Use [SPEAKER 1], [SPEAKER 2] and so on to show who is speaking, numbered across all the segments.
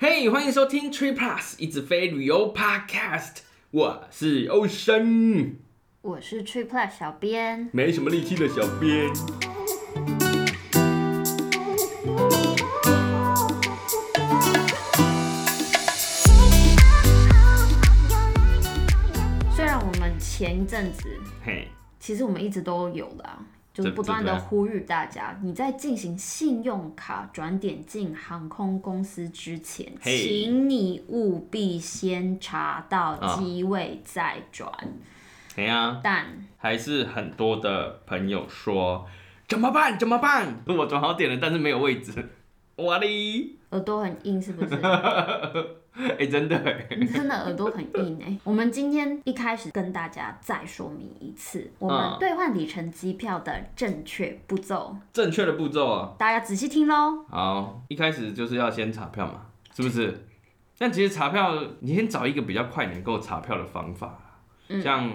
[SPEAKER 1] 嘿，欢迎收听 Tree Plus 一直飞旅游 Podcast，我是欧生，
[SPEAKER 2] 我是 Tree Plus 小编，
[SPEAKER 1] 没什么力气的小编。
[SPEAKER 2] 虽然我们前一阵子，
[SPEAKER 1] 嘿，
[SPEAKER 2] 其实我们一直都有啦，就是
[SPEAKER 1] 对
[SPEAKER 2] 不断
[SPEAKER 1] 对
[SPEAKER 2] 的
[SPEAKER 1] 对
[SPEAKER 2] 呼吁大家，你在进行信用卡转点进航空公司之前，
[SPEAKER 1] 嘿
[SPEAKER 2] 请你务必先查到机位再转。
[SPEAKER 1] 怎样？
[SPEAKER 2] 但
[SPEAKER 1] 啊还是很多的朋友说怎么办？怎么办？我转好点了，但是没有位置。哇哩！
[SPEAKER 2] 耳朵很硬是不是？
[SPEAKER 1] 哎、真的欸，
[SPEAKER 2] 你真的耳朵很硬哎、我们今天一开始跟大家再说明一次，我们
[SPEAKER 1] 嗯
[SPEAKER 2] 兑换里程机票的正确步骤，
[SPEAKER 1] 正确的步骤啊。
[SPEAKER 2] 大家仔细听喽。
[SPEAKER 1] 好，一开始就是要先查票嘛，是不是？但其实查票，你先找一个比较快能够查票的方法，啊像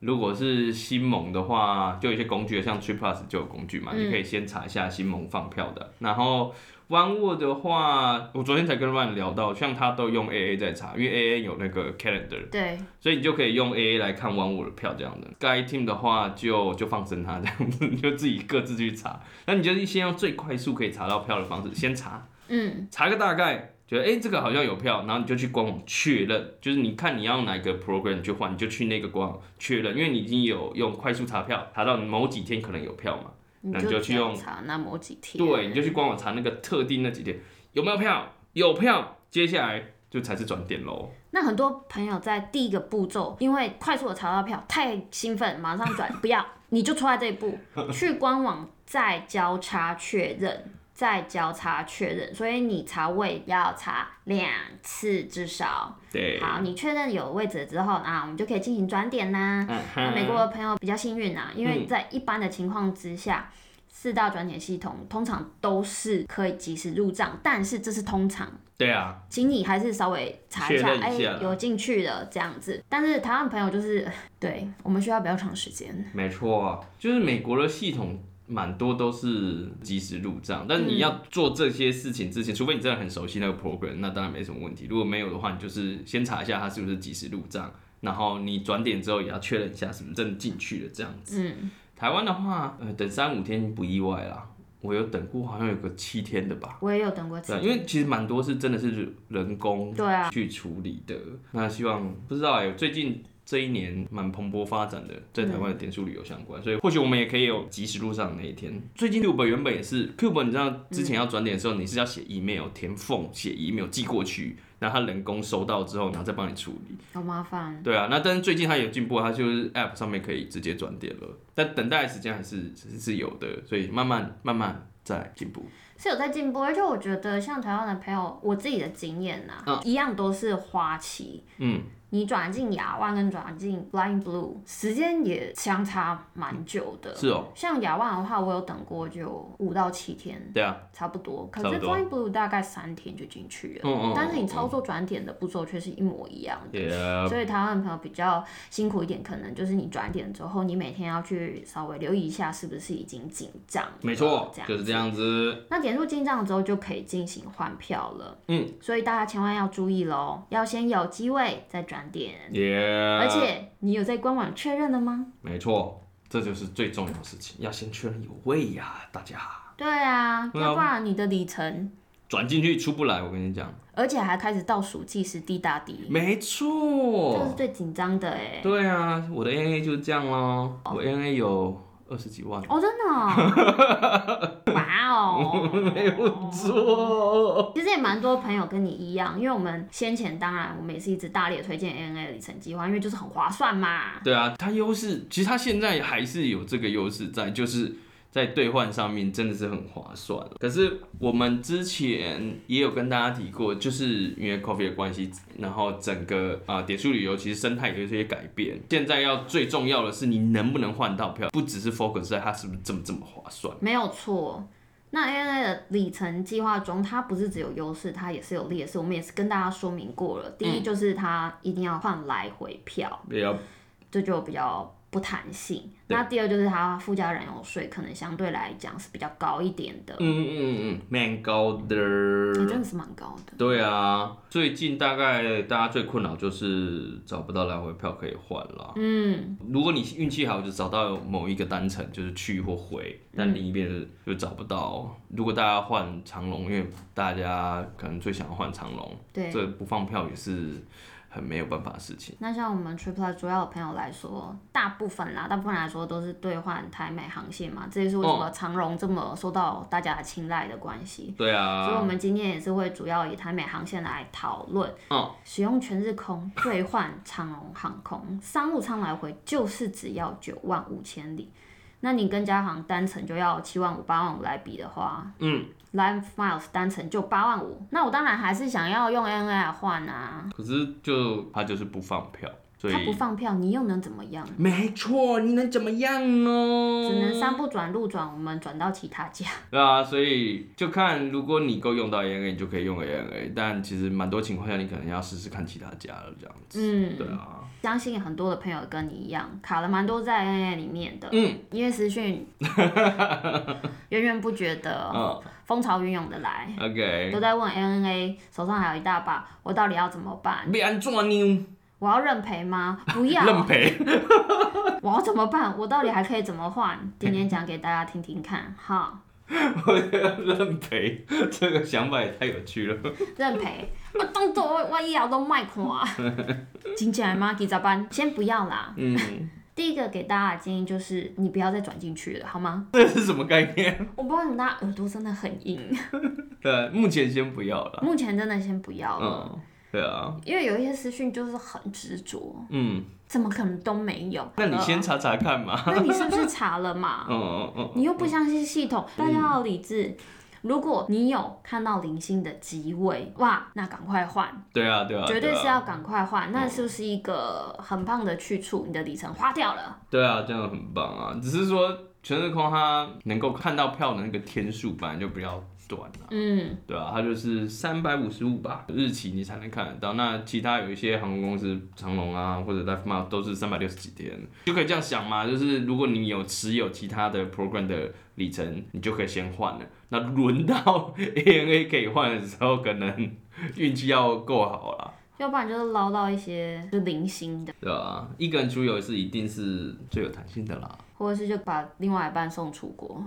[SPEAKER 1] 如果是新盟的话，就有一些工具，像 Trip Plus 就有工具嘛，你可以先查一下新盟放票的。然后 OneWorld 的话，我昨天才跟 Ryan 聊到，像他都用 AA 在查，因为 AA 有那个 calendar，
[SPEAKER 2] 对，
[SPEAKER 1] 所以你就可以用 AA 来看 One 的票这样的。该 team 的话就就放生它这样子， 你就自己各自去查。那你就是先用最快速可以查到票的方式，先查
[SPEAKER 2] 嗯，
[SPEAKER 1] 查个大概，觉得哎、诶这个好像有票，然后你就去官网确认，就是你看你要哪个 program 去换，你就去那个官网确认，因为你已经有用快速查票查到某几天可能有票嘛，
[SPEAKER 2] 你
[SPEAKER 1] 那你就去
[SPEAKER 2] 调
[SPEAKER 1] 用
[SPEAKER 2] 查那某几天，
[SPEAKER 1] 对，你就去官网查那个特定那几天有没有票，有票，接下来就才是转点喽。
[SPEAKER 2] 那很多朋友在第一个步骤，因为快速的查到票太兴奋，马上转，不要，你就错在这一 步，去官网再交叉确认，再交叉确认，所以你查位要查两次至少。
[SPEAKER 1] 对，
[SPEAKER 2] 好，你确认有位置之后啊，我们就可以进行转点啦、
[SPEAKER 1] 嗯
[SPEAKER 2] 那
[SPEAKER 1] 哼
[SPEAKER 2] 啊美国的朋友比较幸运啊，因为在一般的情况之下，四大转点系统通常都是可以及时入账，但是这是通常。
[SPEAKER 1] 对啊，
[SPEAKER 2] 请你还是稍微查一下
[SPEAKER 1] 确，认
[SPEAKER 2] 哎、
[SPEAKER 1] 一下啦
[SPEAKER 2] 有进去的这样子。但是台湾朋友就是， 对我们需要比较长时间。
[SPEAKER 1] 没错，就是美国的系统蛮多都是即时入账，但你要做这些事情之前，除非你真的很熟悉那个 program，那当然没什么问题。如果没有的话，你就是先查一下它是不是即时入账，然后你转点之后也要确认一下是不是真的进去了这样子。
[SPEAKER 2] 嗯，
[SPEAKER 1] 台湾的话，呃，等三五天不意外啦，我有等过，好像有个七天的吧。
[SPEAKER 2] 我也有等过
[SPEAKER 1] 啊对，
[SPEAKER 2] 次，
[SPEAKER 1] 因为其实蛮多是真的是人工
[SPEAKER 2] 对啊
[SPEAKER 1] 去处理的。那希望不知道哎、最近这一年蛮蓬勃发展的，在台湾的点数旅游相关，所以或许我们也可以有及时路上的那一天。最近 Cube 原本也是 Cube，你知道之前要转点的时候，你是要写 email 填缝，写 email 寄过去，然后他人工收到之后，然后再帮你处理。
[SPEAKER 2] 好麻烦。
[SPEAKER 1] 对啊，那但是最近它有进步，它就是 App 上面可以直接转点了，但等待的时间还是是是有的，所以慢慢慢慢在进步。
[SPEAKER 2] 是有在进步，而且我觉得像台湾的朋友，我自己的经验呐、啊
[SPEAKER 1] 嗯
[SPEAKER 2] 一样都是花期。
[SPEAKER 1] 嗯，
[SPEAKER 2] 你转进亚万跟转进 Blind Blue 时间也相差蛮久的。
[SPEAKER 1] 是哦，
[SPEAKER 2] 像亚万的话，我有等过就五到七天，
[SPEAKER 1] 对啊，
[SPEAKER 2] 差不多。可
[SPEAKER 1] 差
[SPEAKER 2] 是
[SPEAKER 1] 不多
[SPEAKER 2] Blind Blue 大概三天就进去了，
[SPEAKER 1] 嗯嗯嗯
[SPEAKER 2] 但是你
[SPEAKER 1] 嗯
[SPEAKER 2] 操作转点的步骤却是一模一样的。
[SPEAKER 1] 也、
[SPEAKER 2] 所以台湾的朋友比较辛苦一点，可能就是你转点之后，你每天要去稍微留意一下是不是已经进账了，
[SPEAKER 1] 没错
[SPEAKER 2] 这，样
[SPEAKER 1] 就是这样子。
[SPEAKER 2] 那点数进账之后就可以进行换票了，
[SPEAKER 1] 嗯，
[SPEAKER 2] 所以大家千万要注意喽，要先有机位再转点，
[SPEAKER 1] 耶、
[SPEAKER 2] 而且你有在官网确认了吗？
[SPEAKER 1] 没错，这就是最重要的事情，要先确认有位呀、大家
[SPEAKER 2] 对啊，
[SPEAKER 1] 对啊
[SPEAKER 2] 要不然你的里程，
[SPEAKER 1] 转进去出不来，我跟你讲，
[SPEAKER 2] 而且还开始倒数计时滴答滴，
[SPEAKER 1] 没
[SPEAKER 2] 这是
[SPEAKER 1] 错，
[SPEAKER 2] 最紧张的哎、
[SPEAKER 1] 对啊，我的 NA 就是这样咯，我 NA 有二十几万，
[SPEAKER 2] 哦，真的哦、 哇哦，
[SPEAKER 1] 没有错，
[SPEAKER 2] 其实也蛮多朋友跟你一样，因为我们先前当然我们也是一直大力地推荐 ANA 里程计划，因为就是很划算嘛。
[SPEAKER 1] 对啊，它优势其实它现在还是有这个优势在，就是。在兑换上面真的是很划算，可是我们之前也有跟大家提过，就是因为 coffee 的关系，然后整个啊、呃点数旅游其实生态有一些改变。现在要最重要的是你能不能换到票，不只是 focus 在它是不是这么这么划算。
[SPEAKER 2] 没有错。那 ANA 的里程计划中，它不是只有优势，它也是有劣势。我们也是跟大家说
[SPEAKER 1] 嗯啊
[SPEAKER 2] 明过了，第一就是它一定要换来回票，
[SPEAKER 1] 也要
[SPEAKER 2] 这就比较不不弹性。
[SPEAKER 1] 对
[SPEAKER 2] 那第二就是它附加燃油税可能相对来讲是比较高一点的，
[SPEAKER 1] 嗯嗯嗯嗯，蛮高的。
[SPEAKER 2] 也、真的是蛮高的。
[SPEAKER 1] 对啊，最近大概大家最困扰就是找不到来回票可以换啦。
[SPEAKER 2] 嗯，
[SPEAKER 1] 如果你运气好，就找到某一个单程，就是去或回，
[SPEAKER 2] 嗯
[SPEAKER 1] 但另一边就找不到。如果大家换长龙，因为大家可能最想要换长龙，
[SPEAKER 2] 对。
[SPEAKER 1] 这不放票也是很没有办法的事情。
[SPEAKER 2] 那像我们 Triple 主要的朋友来说，大部分啦，大部分来说都是兑换台美航线嘛，这也是为什
[SPEAKER 1] 哦
[SPEAKER 2] 么长荣这么受到大家的青睐的关系。
[SPEAKER 1] 对
[SPEAKER 2] 所以，我
[SPEAKER 1] 啊，
[SPEAKER 2] 们今天也是会主要以台美航线来讨论，
[SPEAKER 1] 嗯，
[SPEAKER 2] 使用全日空兑换长荣航空商务舱来回就是只要九万五千里，那你跟加航单程就要七万五八万五来比的话，
[SPEAKER 1] 嗯
[SPEAKER 2] ，Life Miles 单程就八万五，那我当然还是想要用 NAR 换啊，
[SPEAKER 1] 可是就他就是不放票，所以
[SPEAKER 2] 他不放票，你又能怎么样？
[SPEAKER 1] 没错，你能怎么样呢？
[SPEAKER 2] 只能三不转路转，我们转到其他家。
[SPEAKER 1] 对啊，所以就看如果你够用到 ANA，你就可以用 ANA，但其实蛮多情况下你可能要试试看其他家了这样子。
[SPEAKER 2] 嗯
[SPEAKER 1] 对啊，
[SPEAKER 2] 相信很多的朋友跟你一样，卡了蛮多在 N A 里面的，
[SPEAKER 1] 嗯，
[SPEAKER 2] 因为私 讯源源不绝的，
[SPEAKER 1] 嗯
[SPEAKER 2] 风潮云涌的来，
[SPEAKER 1] ，OK，
[SPEAKER 2] 都在问 N N A，手上还有一大把，我到底要怎么办？
[SPEAKER 1] 被安怎呢？
[SPEAKER 2] 我要认赔吗？不要，
[SPEAKER 1] 认赔，
[SPEAKER 2] 我要怎么办？我到底还可以怎么换？今天讲给大家听听看，哈，
[SPEAKER 1] 我觉得认赔这个想法也太有趣了。
[SPEAKER 2] 认赔，我当作我我以后都卖看啊，真正的吗？几十班，先不要啦，
[SPEAKER 1] 嗯，
[SPEAKER 2] 第一个给大家的建议就是，你不要再转进去了，好吗？
[SPEAKER 1] 这是什么概念？
[SPEAKER 2] 我不知道为什么大家耳朵真的很硬，
[SPEAKER 1] 嗯对，目前先不要了。
[SPEAKER 2] 目前真的先不要了，
[SPEAKER 1] 嗯，对啊，
[SPEAKER 2] 因为有一些私讯就是很执着，
[SPEAKER 1] 嗯，
[SPEAKER 2] 怎么可能都没有？
[SPEAKER 1] 那你先查查看嘛。
[SPEAKER 2] 呃，那你是不是查了嘛？
[SPEAKER 1] 嗯嗯嗯，
[SPEAKER 2] 你又不相信系统，大家要理智。如果你有看到零星的机位，哇，那赶快换，
[SPEAKER 1] 对啊对啊，
[SPEAKER 2] 绝
[SPEAKER 1] 对
[SPEAKER 2] 对
[SPEAKER 1] 啊嗯
[SPEAKER 2] 是要赶快换，那是不是一个很棒的去处？你的里程花掉了，
[SPEAKER 1] 对啊，这样很棒啊。只是说全日空它能够看到票的那个天数本来就比较短啊。
[SPEAKER 2] 嗯。
[SPEAKER 1] 对啊，它就是三百五十五吧，日期你才能看得到。那其他有一些航空公司，长龙啊或者 l i f e m a r 都是三百六十几天，就可以这样想嘛。就是如果你有持有其他的 program 的里程，你就可以先换了。那轮到 ANA 可以换的时候，可能运气要够好啦，
[SPEAKER 2] 要不然就是捞到一些就零星的，
[SPEAKER 1] 对啊，一个人出游是一定是最有弹性的啦。
[SPEAKER 2] 或者是就把另外一半送出国，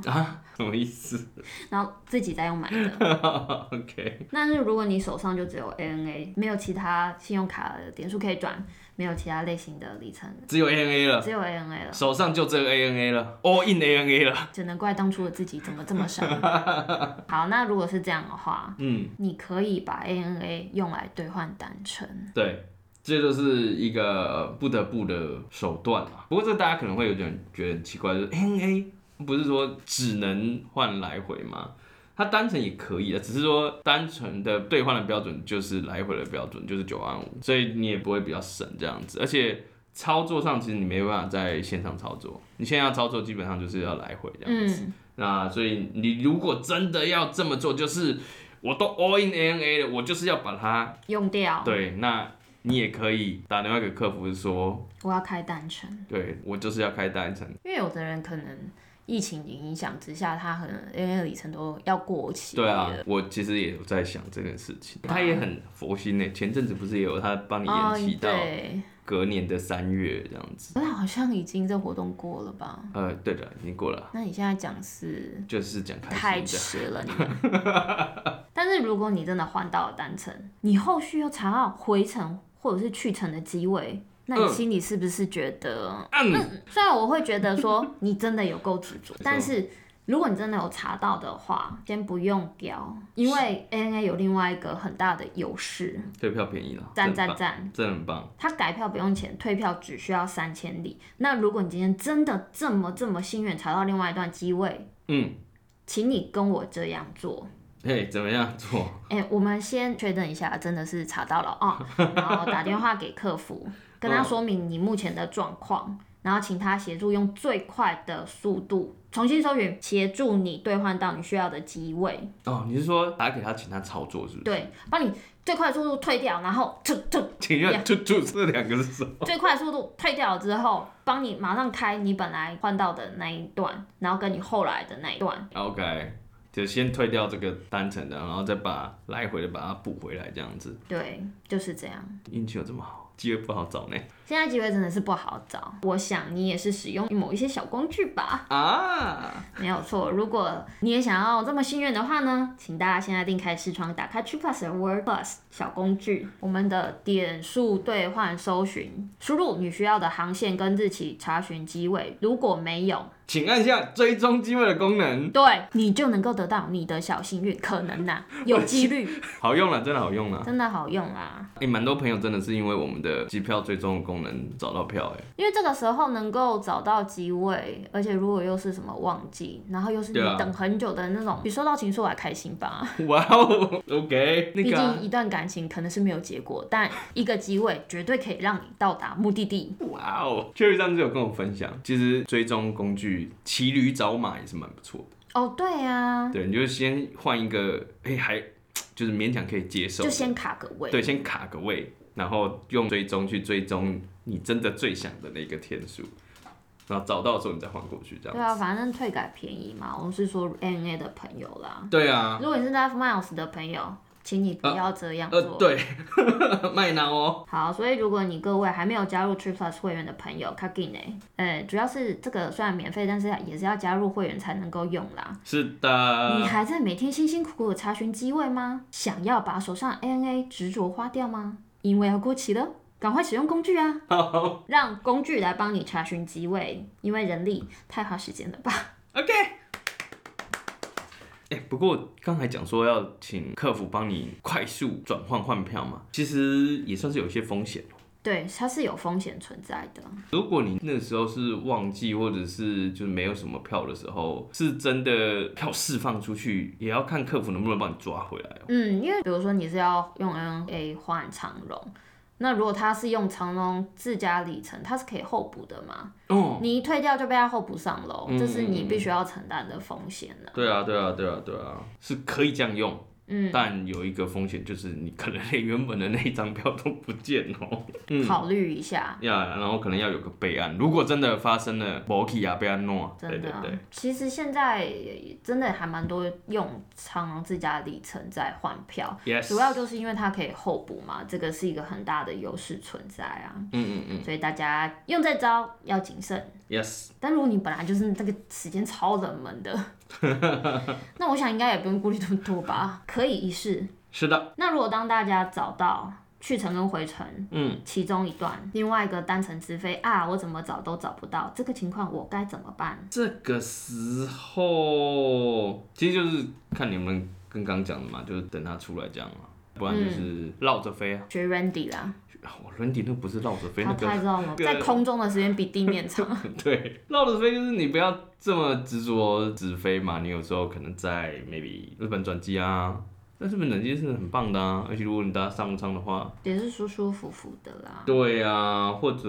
[SPEAKER 1] 什么意思
[SPEAKER 2] 然后自己再用买 的。
[SPEAKER 1] ？OK，
[SPEAKER 2] 但是如果你手上就只有 ANA，没有其他信用卡的点数可以转，没有其他类型的里程，
[SPEAKER 1] 只有 ANA 了，
[SPEAKER 2] 只有 ANA 了，
[SPEAKER 1] 手上就只有 ANA 了，all in ANA 了。
[SPEAKER 2] 只能怪当初的自己怎么这 么傻。好，那如果是这样的话，
[SPEAKER 1] 嗯。
[SPEAKER 2] 你可以把 ANA 用来兑换单程。
[SPEAKER 1] 对，这就是一个呃不得不的手段嘛。不过这大家可能会有点觉得很奇怪，就是 ANA 不是说只能换来回吗？它单程也可以的，啊只是说单程的兑换的标准就是来回的标准，就是九万五，所以你也不会比较省这样子。而且操作上其实你没办法在线上操作，你线上操作基本上就是要来回这样子。
[SPEAKER 2] 嗯，
[SPEAKER 1] 那所以你如果真的要这么做，就是我都 all in ANA 了，我就是要把它
[SPEAKER 2] 用掉，
[SPEAKER 1] 对，那你也可以打电话给客服说，
[SPEAKER 2] 我要开单程，
[SPEAKER 1] 对我就是要开单程，
[SPEAKER 2] 因为有的人可能。疫情影响之下，他可能 ANA 里程都要过期
[SPEAKER 1] 对啊
[SPEAKER 2] 了，
[SPEAKER 1] 我其实也有在想这件事情，他也很佛心呢、前阵子不是也有他帮你
[SPEAKER 2] 哦，
[SPEAKER 1] 延期到
[SPEAKER 2] 对，
[SPEAKER 1] 隔年的三月这样子，
[SPEAKER 2] 可是好像已经这活动过了吧？
[SPEAKER 1] 呃，对的，已经过了，
[SPEAKER 2] 那你现在讲是
[SPEAKER 1] 就是讲
[SPEAKER 2] 太
[SPEAKER 1] 开心
[SPEAKER 2] 迟了，你们。 但是如果你真的换到了单程，你后续又查到回程或者是去程的机位，那你
[SPEAKER 1] 嗯
[SPEAKER 2] 心里是不是觉得
[SPEAKER 1] 的，嗯，
[SPEAKER 2] 虽然我会觉得说你真的有够执着
[SPEAKER 1] 没错，
[SPEAKER 2] 但是如果你真的有查到的话，先不用掉，因为 ANA 有另外一个很大的优势，
[SPEAKER 1] 退票便宜了，
[SPEAKER 2] 赞
[SPEAKER 1] 真的棒，
[SPEAKER 2] 赞赞！
[SPEAKER 1] 真的很棒，
[SPEAKER 2] 它改票不用钱，退票只需要三千里。那如果你今天真的这么这么幸运查到另外一段机位，
[SPEAKER 1] 嗯，
[SPEAKER 2] 请你跟我这样做。
[SPEAKER 1] 嘿，怎么样 做？
[SPEAKER 2] 哎、我们先确认一下，真的是查到了 啊、然后打电话给客服，跟
[SPEAKER 1] 嗯
[SPEAKER 2] 他说明你目前的状况，然后请他协助用最快的速度重新搜寻，协助你兑换到你需要的机位，
[SPEAKER 1] 哦，你是说打给他请他操作是不是？
[SPEAKER 2] 对，帮你最快速度退掉，然后就就
[SPEAKER 1] 请问 “to to” 这两个是什么？
[SPEAKER 2] 最快速度退掉了之后，帮你马上开你本来换到的那一段，然后跟你后来的那一段。
[SPEAKER 1] OK，就先退掉这个单程的，然后再把来回的把它补回来，这样子。
[SPEAKER 2] 对，就是这样。
[SPEAKER 1] 运气有这么好，机会不好找呢。
[SPEAKER 2] 现在机会真的是不好找，我想你也是使用某一些小工具吧，
[SPEAKER 1] 啊，
[SPEAKER 2] 没有错。如果你也想要这么幸运的话呢，请大家现在定开视窗，打开 Trip Plus 的 Word Plus 小工具，我们的点数兑换搜寻，输入你需要的航线跟日期，查询机位。如果没有，
[SPEAKER 1] 请按下追踪机会的功能，
[SPEAKER 2] 对你就能够得到你的小幸运，可能呐、有几率，
[SPEAKER 1] 好用了，真的好用了。
[SPEAKER 2] 真的好用啊！
[SPEAKER 1] 哎、蛮多朋友真的是因为我们的机票追踪的功能找到票、哎，
[SPEAKER 2] 因为这个时候能够找到机位，而且如果又是什么旺季，然后又是你
[SPEAKER 1] 对啊
[SPEAKER 2] 等很久的那种，比收到情书还开心吧？
[SPEAKER 1] 哇哦，OK，那
[SPEAKER 2] 毕
[SPEAKER 1] 个啊、
[SPEAKER 2] 竟一段感情可能是没有结果，但一个机会绝对可以让你到达目的地。
[SPEAKER 1] 哇哦，Cherry 上次有跟我分享，其实追踪工具骑驴找马也是蛮不错的。
[SPEAKER 2] 哦，对啊，
[SPEAKER 1] 对，你就先换一个，哎、还就是勉强可以接受的，
[SPEAKER 2] 就先卡个位。
[SPEAKER 1] 对，先卡个位，然后用追踪去追踪你真的最想的那个天数，然后找到的时候你再换过去，这
[SPEAKER 2] 对
[SPEAKER 1] 样。
[SPEAKER 2] 啊，反正退改便宜嘛，我们是说 N A 的朋友啦。
[SPEAKER 1] 对啊，
[SPEAKER 2] 如果你是 Love Miles 的朋友，请你不要这样做。
[SPEAKER 1] 呃，对， 麦当哦，
[SPEAKER 2] 好，所以如果你各位还没有加入 Trip Plus 会员的朋友，卡进呢，呃，主要是这个虽然免费，但是也是要加入会员才能够用啦。
[SPEAKER 1] 是
[SPEAKER 2] 你
[SPEAKER 1] 的，
[SPEAKER 2] 还在每天辛辛苦苦的查询机位吗？想要把手上 ANA 执着花掉吗？因为要过期了，赶快使用工具啊！让工具来帮你查询机位，因为人力太花时间了吧？
[SPEAKER 1] OK。哎、不过刚才讲说要请客服帮你快速转换换票嘛，其实也算是有一些风险。
[SPEAKER 2] 对，它是有风险存在的。
[SPEAKER 1] 如果你那时候是旺季，或者是就是没有什么票的时候，是真的票释放出去，也要看客服能不能帮你抓回来哦。
[SPEAKER 2] 嗯，因为比如说你是要用 ANA 换长荣，那如果他是用长荣自家里程，它是可以候补的嘛？
[SPEAKER 1] 哦，
[SPEAKER 2] 你一退掉就被他候补上楼，
[SPEAKER 1] 嗯
[SPEAKER 2] 这是你必须要承担的风险了。
[SPEAKER 1] 对啊，对啊，对啊，对啊，是可以这样用，
[SPEAKER 2] 嗯，
[SPEAKER 1] 但有一个风险就是你可能连原本的那一张票都不见哦。
[SPEAKER 2] 考虑一下。
[SPEAKER 1] 呀，然后可能要有个备案，如果真的发生了 b o k 啊，备案弄啊，对
[SPEAKER 2] 真
[SPEAKER 1] 对
[SPEAKER 2] 的啊，
[SPEAKER 1] 对，
[SPEAKER 2] 其实现在真的还蛮多用长荣自家里程在换票
[SPEAKER 1] Yes
[SPEAKER 2] 主要就是因为它可以候补嘛，这个是一个很大的优势存在啊。
[SPEAKER 1] 嗯嗯
[SPEAKER 2] 所以大家用这招要谨慎。
[SPEAKER 1] 嗯，yes，
[SPEAKER 2] 但如果你本来就是这个时间超冷 门的，那我想应该也不用顾虑这么多吧，可以一试。
[SPEAKER 1] 是的，
[SPEAKER 2] 那如果当大家找到去程跟回程
[SPEAKER 1] 嗯，
[SPEAKER 2] 其中一段，另外一个单程直飞啊，我怎么找都找不到，这个情况我该怎么办？
[SPEAKER 1] 这个时候其实就是看你们跟刚讲的嘛，就是等他出来这样嘛，不然就是绕着飞啊。哦
[SPEAKER 2] 学 Randy 啦，
[SPEAKER 1] 我轮底那不是绕着飞，
[SPEAKER 2] 他
[SPEAKER 1] 那个
[SPEAKER 2] 太知道了，
[SPEAKER 1] 对
[SPEAKER 2] 在空中的时间比地面长。
[SPEAKER 1] 对，绕着飞就是你不要这么执着直飞嘛，你有时候可能在 maybe 日本转机啊，那日本转机是很棒的啊，而且如果你搭商务舱的话，
[SPEAKER 2] 也是舒舒服服的啦。
[SPEAKER 1] 对啊，或者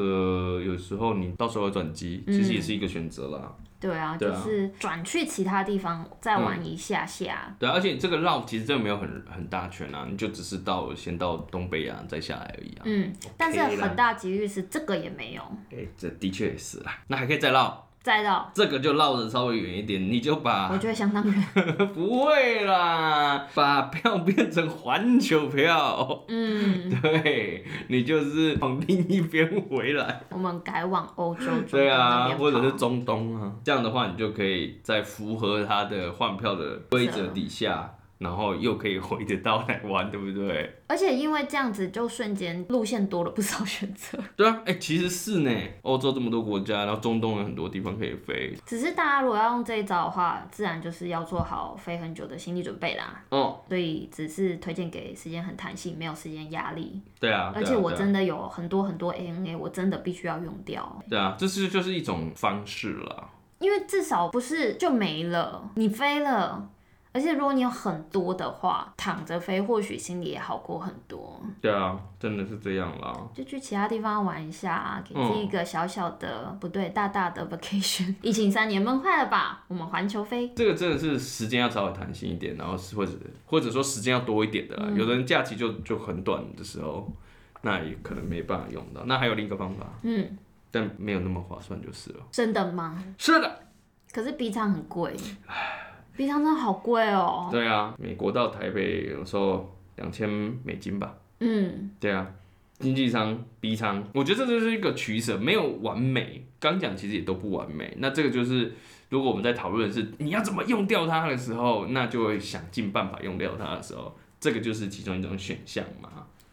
[SPEAKER 1] 有时候你到时候转机，其实也是一个选择啦。
[SPEAKER 2] 对啊，
[SPEAKER 1] 对
[SPEAKER 2] 就
[SPEAKER 1] 啊
[SPEAKER 2] 是转去其他地方再玩一下下。
[SPEAKER 1] 对啊，而且这个绕其实真的没有很很大圈啊，你就只是到先到东北亚再下来而已啊。
[SPEAKER 2] 嗯，但是
[SPEAKER 1] OK 啦
[SPEAKER 2] 很大几率是这个也没有。
[SPEAKER 1] 哎、这的确也是啦，那还可以再绕，
[SPEAKER 2] 再到，
[SPEAKER 1] 这个就绕的稍微远一点，你就把
[SPEAKER 2] 我觉得相当远。
[SPEAKER 1] 不会啦，把票变成环球票。
[SPEAKER 2] 嗯，
[SPEAKER 1] 对你就是往另一边回来，
[SPEAKER 2] 我们改往欧洲中东
[SPEAKER 1] 对
[SPEAKER 2] 那
[SPEAKER 1] 啊，
[SPEAKER 2] 边
[SPEAKER 1] 或者是
[SPEAKER 2] 跑
[SPEAKER 1] 中东啊，这样的话你就可以在符合它的换票的规则底下，然后又可以回得到来玩，对不对？
[SPEAKER 2] 而且因为这样子，就瞬间路线多了不少选择。
[SPEAKER 1] 对啊，哎、其实是呢，欧洲这么多国家，然后中东有很多地方可以飞，
[SPEAKER 2] 只是大家如果要用这一招的话，自然就是要做好飞很久的心理准备啦。
[SPEAKER 1] 哦，
[SPEAKER 2] 所以只是推荐给时间很弹性，没有时间压力。
[SPEAKER 1] 对啊，对
[SPEAKER 2] 而
[SPEAKER 1] 啊
[SPEAKER 2] 且我
[SPEAKER 1] 对啊
[SPEAKER 2] 真的有很多很多 ANA，我真的必须要用掉，
[SPEAKER 1] 对啊，这是就是一种方式啦。
[SPEAKER 2] 因为至少不是就没了，你飞了。而且如果你有很多的话，躺着飞或许心里也好过很多。
[SPEAKER 1] 对啊，真的是这样啦。
[SPEAKER 2] 就去其他地方玩一下、啊，给自己一个小小的、不对大大的 vacation。疫 情三年闷坏了吧？我们环球飞，
[SPEAKER 1] 这个真的是时间要稍微弹性一点，然后是或者或者说时间要多一点的啦。有的人假期就就很短的时候，那也可能没办法用到。那还有另一个方法，
[SPEAKER 2] 嗯，
[SPEAKER 1] 但没有那么划算就是了。
[SPEAKER 2] 真的吗？
[SPEAKER 1] 是的，
[SPEAKER 2] 可是 B 舱很贵，B 舱真的好贵哦。
[SPEAKER 1] 对啊，美国到台北有时候两千美金吧。
[SPEAKER 2] 嗯，
[SPEAKER 1] 对啊，经济舱、B 舱，我觉得这就是一个取舍，没有完美。刚讲其实也都不完美，那这个就是如果我们在讨论的是你要怎么用掉它的时候，那就会想尽办法用掉它的时候，这个就是其中一种选项嘛，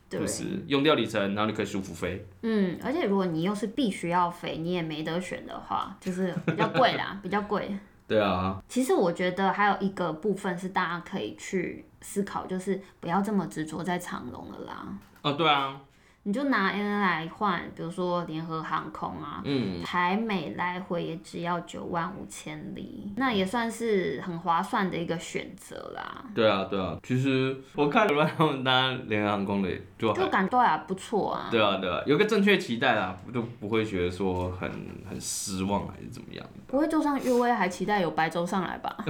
[SPEAKER 2] 对
[SPEAKER 1] 就，是用掉里程，然后你可以舒服飞。
[SPEAKER 2] 嗯，而且如果你又是必须要飞，你也没得选的话，就是比较贵啦，比较贵。
[SPEAKER 1] 对啊，
[SPEAKER 2] 其实我觉得还有一个部分是大家可以去思考，就是不要这么执着在长龙了啦。
[SPEAKER 1] 哦对啊，
[SPEAKER 2] 你就拿 AN 来换，比如说联合航空啊，
[SPEAKER 1] 嗯，
[SPEAKER 2] 台美来回也只要九万五千里，那也算是很划算的一个选择啦。
[SPEAKER 1] 对啊，对啊。其实我看了他们搭联合航空的就还
[SPEAKER 2] 就感觉还不错啊。
[SPEAKER 1] 对啊，对啊，有个正确期待啦，就不会觉得说很很失望还是怎么样。
[SPEAKER 2] 不会坐上越威还期待有白粥上来 吧？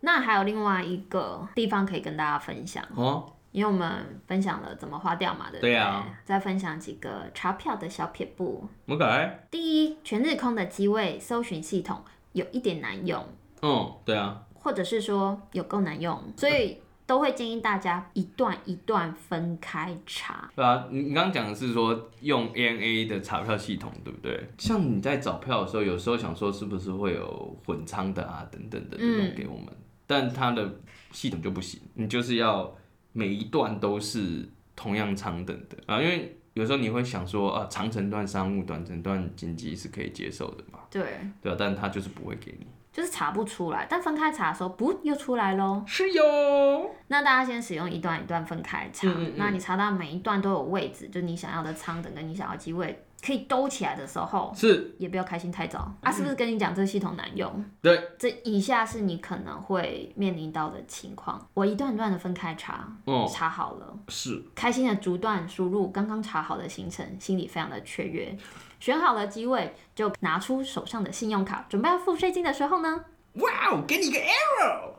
[SPEAKER 2] 那还有另外一个地方可以跟大家分享，
[SPEAKER 1] 哦，
[SPEAKER 2] 因为我们分享了怎么花掉嘛，对不
[SPEAKER 1] 对啊
[SPEAKER 2] 再分享几个查票的小撇步。
[SPEAKER 1] 我改，
[SPEAKER 2] 第一，全日空的机位搜寻系统有一点难用，
[SPEAKER 1] 嗯，对啊。
[SPEAKER 2] 或者是说有够难用，
[SPEAKER 1] 嗯
[SPEAKER 2] 所以都会建议大家一段一段分开查。
[SPEAKER 1] 对啊，你你刚刚讲的是说用 ANA 的查票系统，对不对？像你在找票的时候，有时候想说是不是会有混仓的啊，等等的这种给我们，但它的系统就不行，你就是要每一段都是同样舱等的啊，因为有时候你会想说啊，长程段商务，短程段经济是可以接受的嘛，
[SPEAKER 2] 对，
[SPEAKER 1] 对啊，但它就是不会给你。
[SPEAKER 2] 就是查不出来，但分开查的时候，不又出来喽。
[SPEAKER 1] 是哟，
[SPEAKER 2] 那大家先使用一段一段分开查，
[SPEAKER 1] 嗯嗯嗯
[SPEAKER 2] 那你查到每一段都有位置，就你想要的舱等跟你想要的机位可以兜起来的时候，
[SPEAKER 1] 是
[SPEAKER 2] 也不要开心太早啊！是不是跟你讲这个系统难用？
[SPEAKER 1] 嗯对，
[SPEAKER 2] 这以下是你可能会面临到的情况。我一段一段的分开查，
[SPEAKER 1] 哦，
[SPEAKER 2] 查好了，
[SPEAKER 1] 是
[SPEAKER 2] 开心的逐段输入刚刚查好的行程，心里非常的雀跃。选好了机位，就拿出手上的信用卡，准备要付税金的时候呢
[SPEAKER 1] 哇哦，给你一个 arrow。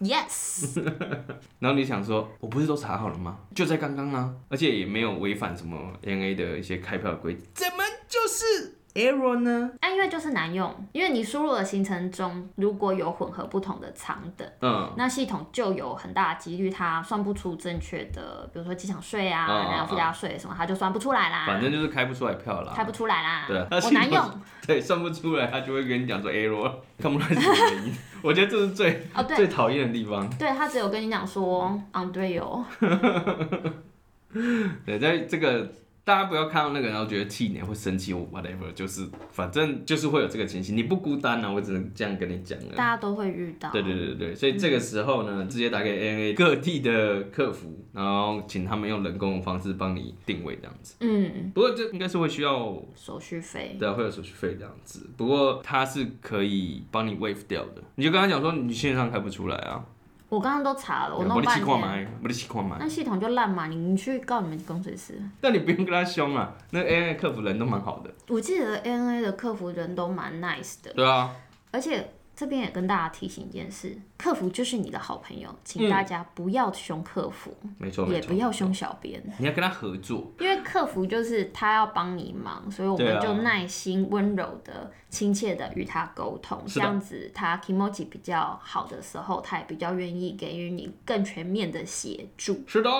[SPEAKER 2] ，yes，
[SPEAKER 1] 然后你想说，我不是都查好了吗？就在刚刚啊，而且也没有违反什么 ANA 的一些开票的规定，怎么就是 error 呢？
[SPEAKER 2] 啊，因为就是难用，因为你输入的行程中如果有混合不同的舱等，
[SPEAKER 1] 嗯，
[SPEAKER 2] 那系统就有很大的几率它算不出正确的，比如说机场税啊，
[SPEAKER 1] 嗯嗯
[SPEAKER 2] 然后附加税什么，它就算不出来
[SPEAKER 1] 反
[SPEAKER 2] 啦，
[SPEAKER 1] 正就是开不出来票啦。
[SPEAKER 2] 开不出来啦，
[SPEAKER 1] 对啊，
[SPEAKER 2] 我难用
[SPEAKER 1] 对，算不出来，他就会跟你讲说 error，看不出来是什么原因。 我觉得这是最
[SPEAKER 2] 哦，对
[SPEAKER 1] 最讨厌的地方。
[SPEAKER 2] 对，它只有跟你讲说嗯 on 队友，
[SPEAKER 1] 对，在这个大家不要看到那个，然后觉得气馁或生气或 whatever，就是反正就是会有这个情形，你不孤单啊，我只能这样跟你讲了。
[SPEAKER 2] 大嗯家都会遇到，
[SPEAKER 1] 对对对对对，所以这个时候呢，直接打给 ANA 各地的客服，然后请他们用人工的方式帮你定位这样子。
[SPEAKER 2] 嗯，
[SPEAKER 1] 不过这应该是会需要，
[SPEAKER 2] 手续费，
[SPEAKER 1] 对啊，会有手续费这样子。不过它是可以帮你 waive 掉的，你就跟他讲说你线上开不出来啊，
[SPEAKER 2] 我刚刚都查了，我弄
[SPEAKER 1] 的
[SPEAKER 2] 半
[SPEAKER 1] 气矿
[SPEAKER 2] 天，
[SPEAKER 1] 买，我的气矿买。
[SPEAKER 2] 那系统就烂嘛，你你去告你们工程师。
[SPEAKER 1] 但你不用跟他凶啊，那 ANA 客服人都蛮好的。
[SPEAKER 2] 我记得 ANA 的客服人都蛮 nice 的，
[SPEAKER 1] 对啊，
[SPEAKER 2] 而且这边也跟大家提醒一件事：客服就是你的好朋友，请大家不要凶客服，
[SPEAKER 1] 没错嗯没
[SPEAKER 2] 也
[SPEAKER 1] 错
[SPEAKER 2] 不，要凶小编，
[SPEAKER 1] 你要跟他合作。
[SPEAKER 2] 因为客服就是他要帮你忙，所以我
[SPEAKER 1] 对啊
[SPEAKER 2] 们就耐心、温柔的、亲切的与他沟通，
[SPEAKER 1] 是
[SPEAKER 2] 这
[SPEAKER 1] 的
[SPEAKER 2] 样子他 k i m o j i 比较好的时候，他也比较愿意给予你更全面的协助。
[SPEAKER 1] 是的，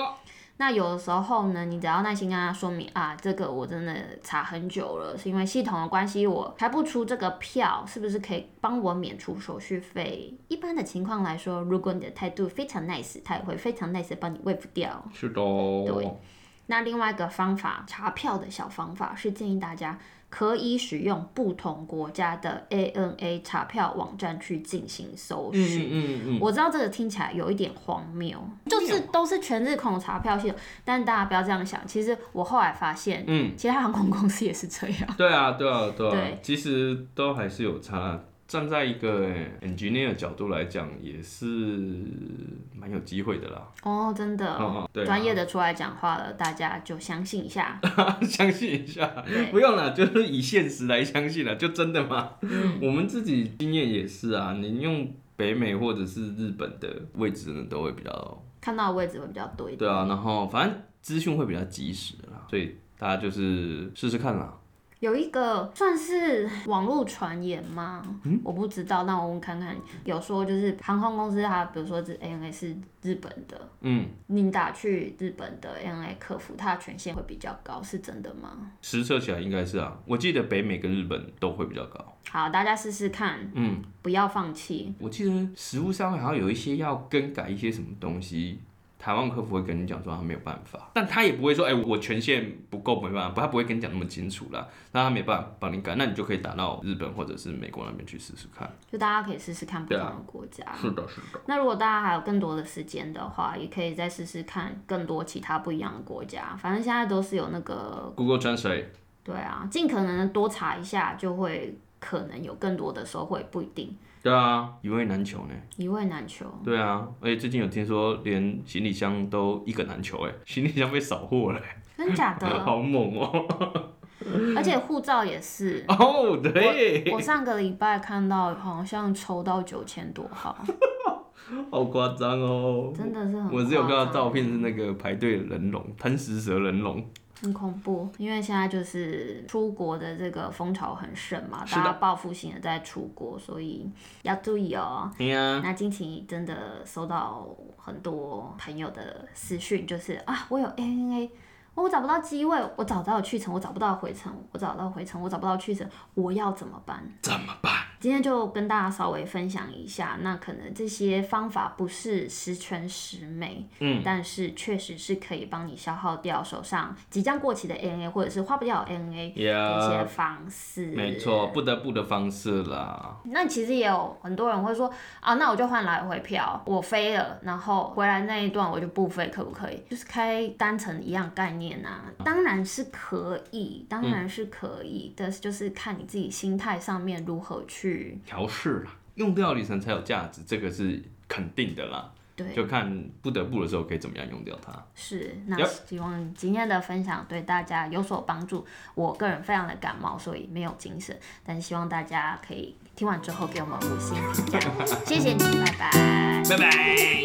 [SPEAKER 2] 那有的时候呢，你只要耐心跟他说明啊，这个我真的查很久了，是因为系统的关系，我开不出这个票，是不是可以帮我免除手续费？一般的情况来说，如果你的态度非常 nice，他也会非常 nice 地帮你 waive 掉。
[SPEAKER 1] 是的哦。
[SPEAKER 2] 对那另外一个方法，查票的小方法是建议大家可以使用不同国家的 ANA 查票网站去进行搜
[SPEAKER 1] 嗯
[SPEAKER 2] 寻。
[SPEAKER 1] 嗯嗯
[SPEAKER 2] 我知道这个听起来有一点荒谬，就是都是全日空的查票系统，但大家不要这样想。其实我后来发现，
[SPEAKER 1] 嗯，
[SPEAKER 2] 其他航空公司也是这样。
[SPEAKER 1] 对啊对啊对啊
[SPEAKER 2] 对，
[SPEAKER 1] 其实都还是有差站在一个哎 engineer 的角度来讲，也是蛮有机会的啦。
[SPEAKER 2] 哦，真的，
[SPEAKER 1] 嗯嗯对啊
[SPEAKER 2] 专业的出来讲话了，大家就相信一下。
[SPEAKER 1] 相信一下
[SPEAKER 2] 对，
[SPEAKER 1] 不用了，就是以现实来相信了，就真的吗？我们自己经验也是啊，你用北美或者是日本的位置呢，都会比较
[SPEAKER 2] 看到的位置会比较多一点。
[SPEAKER 1] 对啊，然后反正资讯会比较及时啦，所以大家就是试试看啦。
[SPEAKER 2] 有一个算是网络传言吗？
[SPEAKER 1] 嗯
[SPEAKER 2] 我不知道，那我问看看。有说就是航空公司它，比如说是 ANA 是日本的，
[SPEAKER 1] 嗯，
[SPEAKER 2] 你打去日本的 ANA 客服，它的权限会比较高，是真的吗？
[SPEAKER 1] 实测起来应该是啊，我记得北美跟日本都会比较高。
[SPEAKER 2] 好，大家试试看，
[SPEAKER 1] 嗯，
[SPEAKER 2] 不要放弃。
[SPEAKER 1] 我记得实物上面好像有一些要更改一些什么东西，台湾客服会跟你讲说他没有办法，但他也不会说，哎、我权限不够没办法，他不会跟你讲那么清楚啦，那他没办法帮你改，那你就可以打到日本或者是美国那边去试试看。
[SPEAKER 2] 就大家可以试试看不
[SPEAKER 1] 对
[SPEAKER 2] 同
[SPEAKER 1] 啊
[SPEAKER 2] 的国家。
[SPEAKER 1] 是的，是的，
[SPEAKER 2] 那如果大家还有更多的时间的话，也可以再试试看更多其他不一样的国家。反正现在都是有那个，
[SPEAKER 1] Google Translate
[SPEAKER 2] 对啊，尽可能多查一下，就会可能有更多的收获，不一定
[SPEAKER 1] 对啊，一位难求呢。
[SPEAKER 2] 一位难求。
[SPEAKER 1] 对啊，而且最近有听说连行李箱都一个难求，哎，行李箱被扫货了，
[SPEAKER 2] 真假的？
[SPEAKER 1] 好猛哦、
[SPEAKER 2] 而且护照也是，
[SPEAKER 1] 哦，对，
[SPEAKER 2] 我上个礼拜看到好像抽到九千多 号，
[SPEAKER 1] 好夸张哦。
[SPEAKER 2] 真的是很
[SPEAKER 1] 我只有看到
[SPEAKER 2] 嗯夸张
[SPEAKER 1] 照片是那个排队的人龙，贪食蛇人龙。
[SPEAKER 2] 很恐怖，因为现在就是出国的这个风潮很盛嘛，
[SPEAKER 1] 是的
[SPEAKER 2] 大家报复性的在出国，所以要注意哦。
[SPEAKER 1] 对呀、
[SPEAKER 2] 那近期真的收到很多朋友的私讯，就是啊，我有 ANA，我找不到机位，我找到去程，我找不到回程，我找到回程，我找不到去程，我要怎么办？
[SPEAKER 1] 怎么办？
[SPEAKER 2] 今天就跟大家稍微分享一下，那可能这些方法不是十全十美，
[SPEAKER 1] 嗯，
[SPEAKER 2] 但是确实是可以帮你消耗掉手上即将过期的 ANA 或者是花不掉的 ANA 的一些
[SPEAKER 1] Yeah，
[SPEAKER 2] 方式。
[SPEAKER 1] 没错，不得不的方式啦。
[SPEAKER 2] 那其实也有很多人会说啊，那我就换来回票，我飞了，然后回来那一段我就不飞，可不可以？就是开单程一样概念啊，
[SPEAKER 1] 嗯
[SPEAKER 2] 当然是可以，当然是可以，但是就是看你自己心态上面如何去
[SPEAKER 1] 调试啦，用掉里程才有价值，这个是肯定的啦。
[SPEAKER 2] 对。
[SPEAKER 1] 就看不得不的时候可以怎么样用掉它。
[SPEAKER 2] 是，那
[SPEAKER 1] Yep
[SPEAKER 2] 希望今天的分享对大家有所帮助。我个人非常的感冒，所以没有精神，但是希望大家可以听完之后给我们五星评价，谢谢你，拜拜。
[SPEAKER 1] 拜拜。